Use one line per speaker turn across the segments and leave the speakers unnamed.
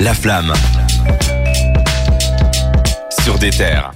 La flamme. Sur des terres.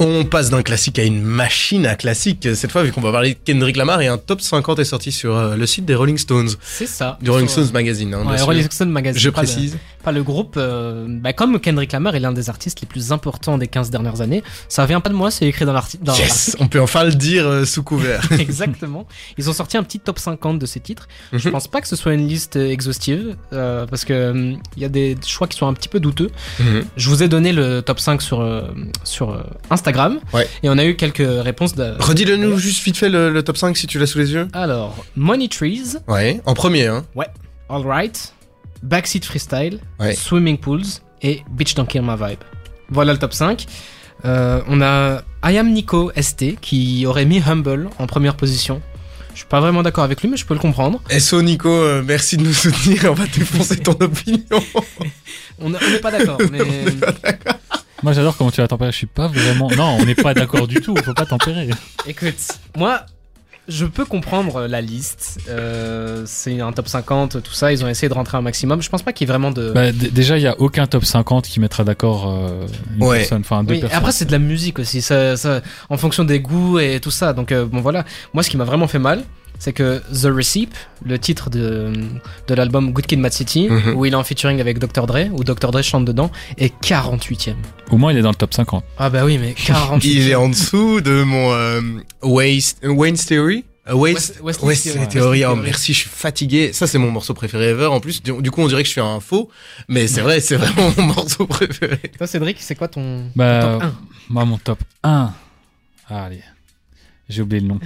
On passe d'un classique à une machine à classique. euh, Cette fois, vu qu'on va parler de Kendrick Lamar, et un top 50 est sorti sur euh, le site des Rolling Stones,
C'est ça.
du Rolling
Sur- euh,
Stones Magazine. hein,
Ouais,
bien sûr.
Rolling Stone Magazine.
Je
pas le-
précise.
Pas le groupe. euh, bah, comme Kendrick Lamar est l'un des artistes les plus importants des 15 dernières années, ça vient pas de moi, c'est écrit dans l'article. dans
Yes, on peut enfin le dire euh, sous couvert.
l'article. Exactement. Ils ont sorti un petit top 50 de ces titres. Je
Mhm.
pense pas que ce soit une liste exhaustive, euh, parce que hum, il y a des choix qui sont un petit peu douteux.
Mhm.
Je vous ai donné le top 5 sur, euh, sur euh, Instagram,
Ouais.
et on a eu quelques réponses. De...
Redis-le nous juste vite fait le, le top 5 si tu l'as sous les yeux.
Alors, Money Trees,
Ouais, en premier. Hein.
Alright, Backseat Freestyle,
Ouais.
Swimming Pools et Bitch Don't Kill My Vibe. Voilà le top 5. Euh, on a I Am Nico ST qui aurait mis Humble en première position. Je suis pas vraiment d'accord avec lui, mais je peux le comprendre.
SO Nico, euh, merci de nous soutenir. On va défoncer ton opinion.
On a- on n'est pas d'accord, mais
Moi j'adore comment tu vas tempérer. Je suis pas vraiment. Non, on n'est pas d'accord du tout. Faut pas tempérer.
écoute, moi. Je peux comprendre la liste, Euh, c'est un top 50, tout ça, ils ont essayé de rentrer un maximum. Je pense pas qu'il y ait vraiment de...
Bah, d- déjà, il y a aucun top 50 qui mettra d'accord euh, une
Ouais.
personne, enfin deux
Oui,
personnes.
après c'est de la musique aussi, ça, ça- en fonction des goûts et tout ça. Donc euh, bon voilà, moi ce qui m'a vraiment fait mal, c'est que The Receipt, le titre de, de l'album Good Kid, Mad City,
Mhm.
où il est en featuring avec Dr Dre, où Dr Dre chante dedans, est 48ème.
Au moins, il est dans le top 50.
Ah bah oui, mais 48ème.
Il est en dessous de mon euh, Waste- Wayne's Theory. Euh, Waste-
West- West's
Ouais,
Theory.
c'est
Ouais.
théorie.
West's
Oh,
Theory.
merci, je suis fatigué. Ça, c'est mon morceau préféré ever. En plus, du du coup, on dirait que je suis un faux, mais c'est vrai, c'est vraiment mon morceau préféré.
Toi Cédric, c'est quoi ton,
Bah,
ton top 1
Moi, mon top 1. allez. J'ai oublié le nom.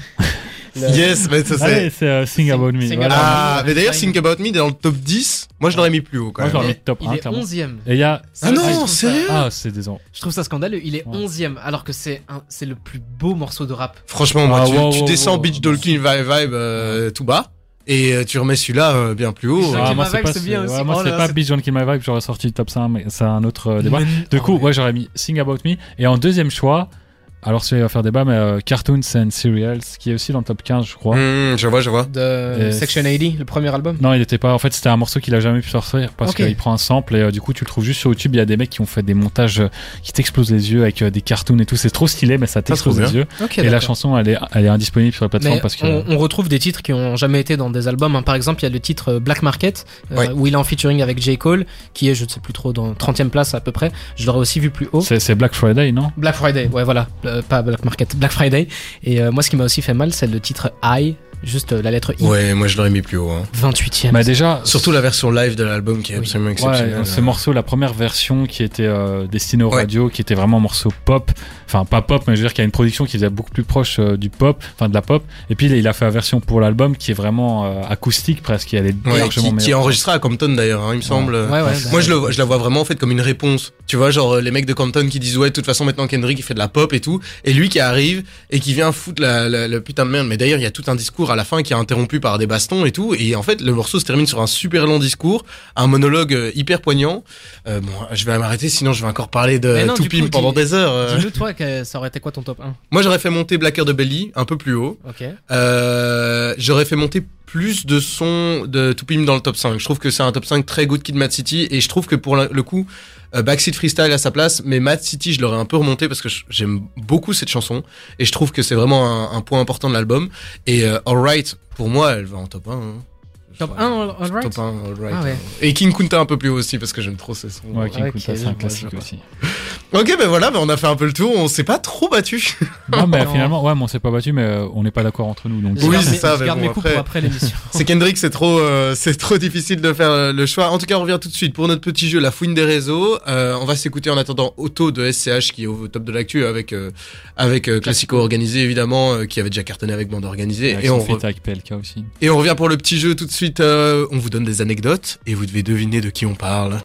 Yes, mais ça c'est.
Allez, c'est euh, Sing
Sing-
About Me.
Sing
voilà.
About
Ah, mais d'ailleurs,
Ouais.
Think About Me dans le top 10. Moi, je l'aurais mis plus haut quand
Moi, je
même.
l'aurais mis top
Il
1,
est
clairement.
11ème.
Et il y a.
Ah
Je
non,
trouve ça-
sérieux
Ah, c'est décent.
Je trouve ça scandaleux, il est
Ouais.
11ème alors que c'est un- c'est le plus beau morceau de rap.
Franchement, moi,
Ah,
tu,
wow,
tu
wow,
descends
wow.
Beach Dolkin Vibe, vibe euh, tout bas et euh, tu remets celui-là euh, bien plus haut.
Beach
Ah,
Kill Dolkin.
moi,
My
c'est
Vibe,
pas,
c'est bien
ouais,
aussi.
moi,
Oh
c'est
là,
pas
c'est-
Beach Don't Kill My Vibe, j'aurais sorti le top 5, mais c'est un autre euh, débat.
Mais-
Du
Ah
coup,
ouais.
ouais, j'aurais mis Sing About Me. Et en deuxième choix, alors celui-là va faire débat, mais euh, Cartoons and Serials, qui est aussi dans le top 15, je crois.
Hmm, je vois, je vois.
De
Euh,
Section 80, le premier album.
Non, il n'était pas. En fait, c'était un morceau qu'il a jamais pu sortir parce
Ok.
qu'il prend un sample et euh, du coup, tu le trouves juste sur YouTube. Il y a des mecs qui ont fait des montages euh, qui t'explosent les yeux avec euh, des cartoons et tout. C'est trop stylé, mais ça t'explose
trop
les yeux.
Ok,
et la
d'accord.
chanson, elle est, elle est indisponible sur la plateforme
Mais
parce que.
on, on retrouve des titres qui ont jamais été dans des albums. hein. Par exemple, il y a le titre euh, Black Market, euh,
Ouais.
où il est en featuring avec J. Cole, qui est, je ne sais plus trop, dans 30 e place à peu près. Je l'aurais aussi vu plus haut.
C'est c'est Black Friday, non
Black Friday, ouais, voilà. Euh, pas Black Market, Black Friday. Et euh, moi, ce qui m'a aussi fait mal, c'est le titre I, juste euh, la lettre I,
Ouais, moi, je l'aurais mis plus haut. hein.
28 e
Bah déjà.
Surtout la version live de l'album qui est
Oui.
absolument
Ouais,
exceptionnelle. euh.
ce morceau, la première version qui était euh, destinée aux
Ouais.
radios, qui était vraiment un morceau pop, enfin pas pop, mais je veux dire qu'il y a une production qui faisait beaucoup plus proche euh, du pop, enfin de la pop. Et puis il a- il a fait la version pour l'album qui est vraiment euh, acoustique presque, et elle est
Ouais,
largement
qui, qui est
meilleure.
enregistré à Compton d'ailleurs, hein, il me semble.
Ouais, ouais, bah,
Moi, je, le, vois- je la vois vraiment en fait comme une réponse. Tu vois, genre euh, les mecs de Compton qui disent ouais, de toute façon maintenant Kendrick il fait de la pop et tout, et lui qui arrive et qui vient foutre la, la- le putain de merde. Mais d'ailleurs, il y a tout un discours à la fin qui est interrompu par des bastons et tout, et en fait le morceau se termine sur un super long discours, un monologue euh, hyper poignant. Euh, bon, je vais m'arrêter, sinon je vais encore parler de
Mais non,
tout
du coup,
pim pendant
dis-
des heures. euh.
Dis-nous, toi, que ça aurait été quoi ton top 1
Moi, j'aurais fait monter Blacker de Belly un peu plus haut.
Ok.
Euh, j'aurais fait monter plus de sons de Toupim dans le top 5. Je trouve que c'est un top 5 très good Kid Mad City et je trouve que pour la- le coup, euh, Backseat Freestyle à sa place, mais Mad City, je l'aurais un peu remonté parce que je- j'aime beaucoup cette chanson et je trouve que c'est vraiment un, un point important de l'album. Et euh, Alright, pour moi, elle va en top 1. hein.
Top
Je-
1,
Top
alright
1, Alright.
Ah ouais.
Et King Kunta un peu plus haut aussi parce que j'aime trop ces sons.
Ouais, King
Ouais,
Kunta,
ok,
c'est
je
un
vois,
classique
je vois.
aussi.
Ok, ben voilà, ben on a fait un peu le tour, on s'est pas trop battu.
Non, mais
Non.
finalement, ouais, mais on s'est pas battu, mais euh, on n'est pas d'accord entre nous. Donc,
Je
Oui,
garde
c'est
mes-
ça,
Je
mais
garde
bon,
mes coups pour
après-
après l'émission.
C'est Kendrick, c'est trop, euh, c'est trop difficile de faire euh, le choix. En tout cas, on revient tout de suite pour notre petit jeu, la fouine des réseaux. Euh, on va s'écouter en attendant Auto de SCH qui est au top de l'actu avec euh, avec euh, Classico organisé évidemment, euh, qui avait déjà cartonné avec bande organisée.
et
Et on, re-
euh, avec PLK aussi.
et on revient pour le petit jeu tout de suite. euh, on vous donne des anecdotes et vous devez deviner de qui on parle.